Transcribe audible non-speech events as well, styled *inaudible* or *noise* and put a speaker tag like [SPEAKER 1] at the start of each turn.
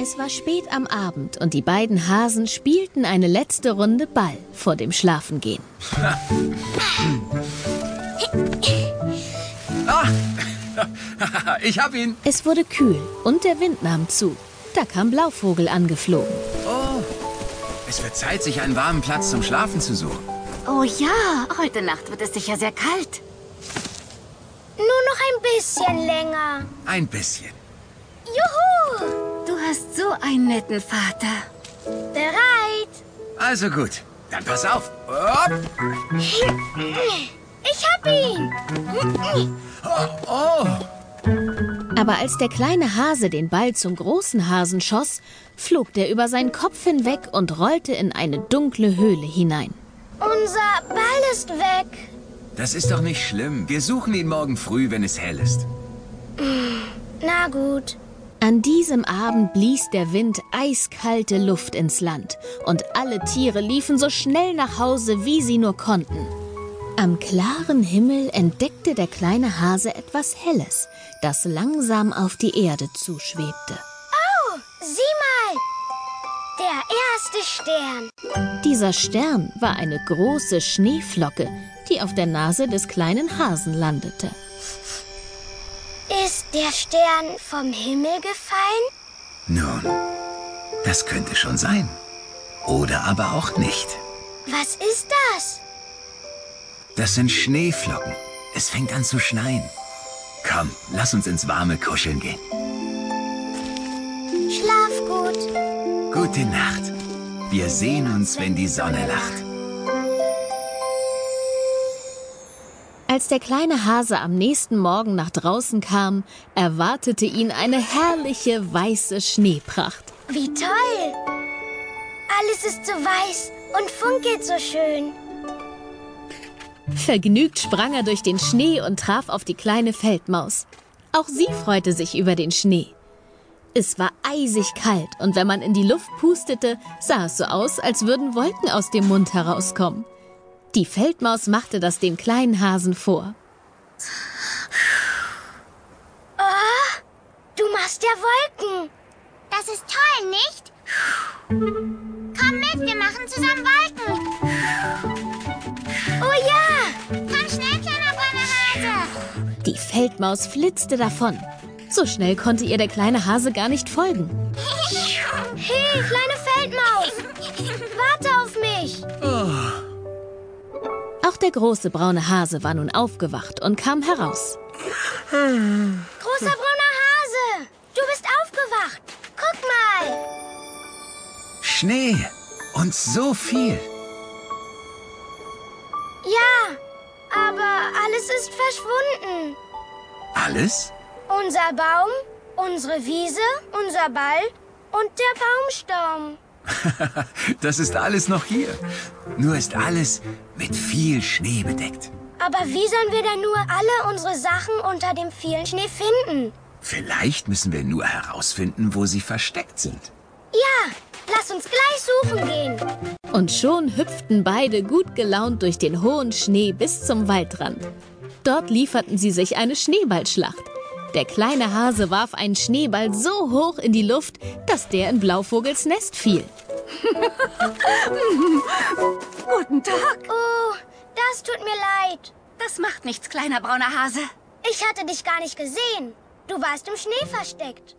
[SPEAKER 1] Es war spät am Abend und die beiden Hasen spielten eine letzte Runde Ball vor dem Schlafengehen.
[SPEAKER 2] *laughs* Ich hab ihn.
[SPEAKER 1] Es wurde kühl und der Wind nahm zu. Da kam Blauvogel angeflogen.
[SPEAKER 2] Es wird Zeit, sich einen warmen Platz zum Schlafen zu suchen.
[SPEAKER 3] Oh ja, heute Nacht wird es sicher sehr kalt.
[SPEAKER 4] Nur noch ein bisschen länger.
[SPEAKER 2] Ein bisschen.
[SPEAKER 4] Juhu!
[SPEAKER 3] Du hast so einen netten Vater.
[SPEAKER 4] Bereit?
[SPEAKER 2] Also gut, dann pass auf. Hopp.
[SPEAKER 4] Ich hab ihn!
[SPEAKER 2] Oh,
[SPEAKER 1] Aber als der kleine Hase den Ball zum großen Hasen schoss, flog der über seinen Kopf hinweg und rollte in eine dunkle Höhle hinein.
[SPEAKER 4] Unser Ball ist weg.
[SPEAKER 2] Das ist doch nicht schlimm. Wir suchen ihn morgen früh, wenn es hell ist.
[SPEAKER 4] Na gut.
[SPEAKER 1] An diesem Abend blies der Wind eiskalte Luft ins Land und alle Tiere liefen so schnell nach Hause, wie sie nur konnten. Am klaren Himmel entdeckte der kleine Hase etwas Helles, das langsam auf die Erde zuschwebte.
[SPEAKER 4] Oh, sieh mal! Der erste Stern.
[SPEAKER 1] Dieser Stern war eine große Schneeflocke, die auf der Nase des kleinen Hasen landete.
[SPEAKER 4] Ist der Stern vom Himmel gefallen?
[SPEAKER 2] Nun, das könnte schon sein. Oder aber auch nicht.
[SPEAKER 4] Was ist das?
[SPEAKER 2] Das sind Schneeflocken. Es fängt an zu schneien. Komm, lass uns ins warme Kuscheln gehen.
[SPEAKER 4] Schlaf gut.
[SPEAKER 2] Gute Nacht. Wir sehen uns, wenn die Sonne lacht.
[SPEAKER 1] Als der kleine Hase am nächsten Morgen nach draußen kam, erwartete ihn eine herrliche weiße Schneepracht.
[SPEAKER 4] Wie toll! Alles ist so weiß und funkelt so schön.
[SPEAKER 1] Vergnügt sprang er durch den Schnee und traf auf die kleine Feldmaus. Auch sie freute sich über den Schnee. Es war eisig kalt und wenn man in die Luft pustete, sah es so aus, als würden Wolken aus dem Mund herauskommen. Die Feldmaus machte das dem kleinen Hasen vor.
[SPEAKER 4] Du machst ja Wolken. Das ist toll, nicht? Komm mit, wir machen zusammen Wolken. Oh ja! Komm schnell, kleiner brauner Hase. *laughs*
[SPEAKER 1] Die Feldmaus flitzte davon. So schnell konnte ihr der kleine Hase gar nicht folgen.
[SPEAKER 4] Hey, kleine Feldmaus! Warte auf mich!
[SPEAKER 1] Auch der große braune Hase war nun aufgewacht und kam heraus.
[SPEAKER 4] Großer brauner Hase! Du bist aufgewacht! Guck mal!
[SPEAKER 2] Schnee. Und so viel.
[SPEAKER 4] Ja, aber alles ist verschwunden.
[SPEAKER 2] Alles?
[SPEAKER 4] Unser Baum, unsere Wiese, unser Ball und der Baumstamm.
[SPEAKER 2] Das ist alles noch hier. Nur ist alles mit viel Schnee bedeckt.
[SPEAKER 4] Aber wie sollen wir denn nur alle unsere Sachen unter dem vielen Schnee finden?
[SPEAKER 2] Vielleicht müssen wir nur herausfinden, wo sie versteckt sind.
[SPEAKER 4] Ja, lass uns gleich suchen gehen.
[SPEAKER 1] Und schon hüpften beide gut gelaunt durch den hohen Schnee bis zum Waldrand. Dort lieferten sie sich eine Schneeballschlacht. Der kleine Hase warf einen Schneeball so hoch in die Luft, dass der in Blauvogels Nest fiel.
[SPEAKER 3] Guten Tag.
[SPEAKER 4] Oh, das tut mir leid.
[SPEAKER 3] Das macht nichts, kleiner brauner Hase.
[SPEAKER 4] Ich hatte dich gar nicht gesehen. Du warst im Schnee versteckt.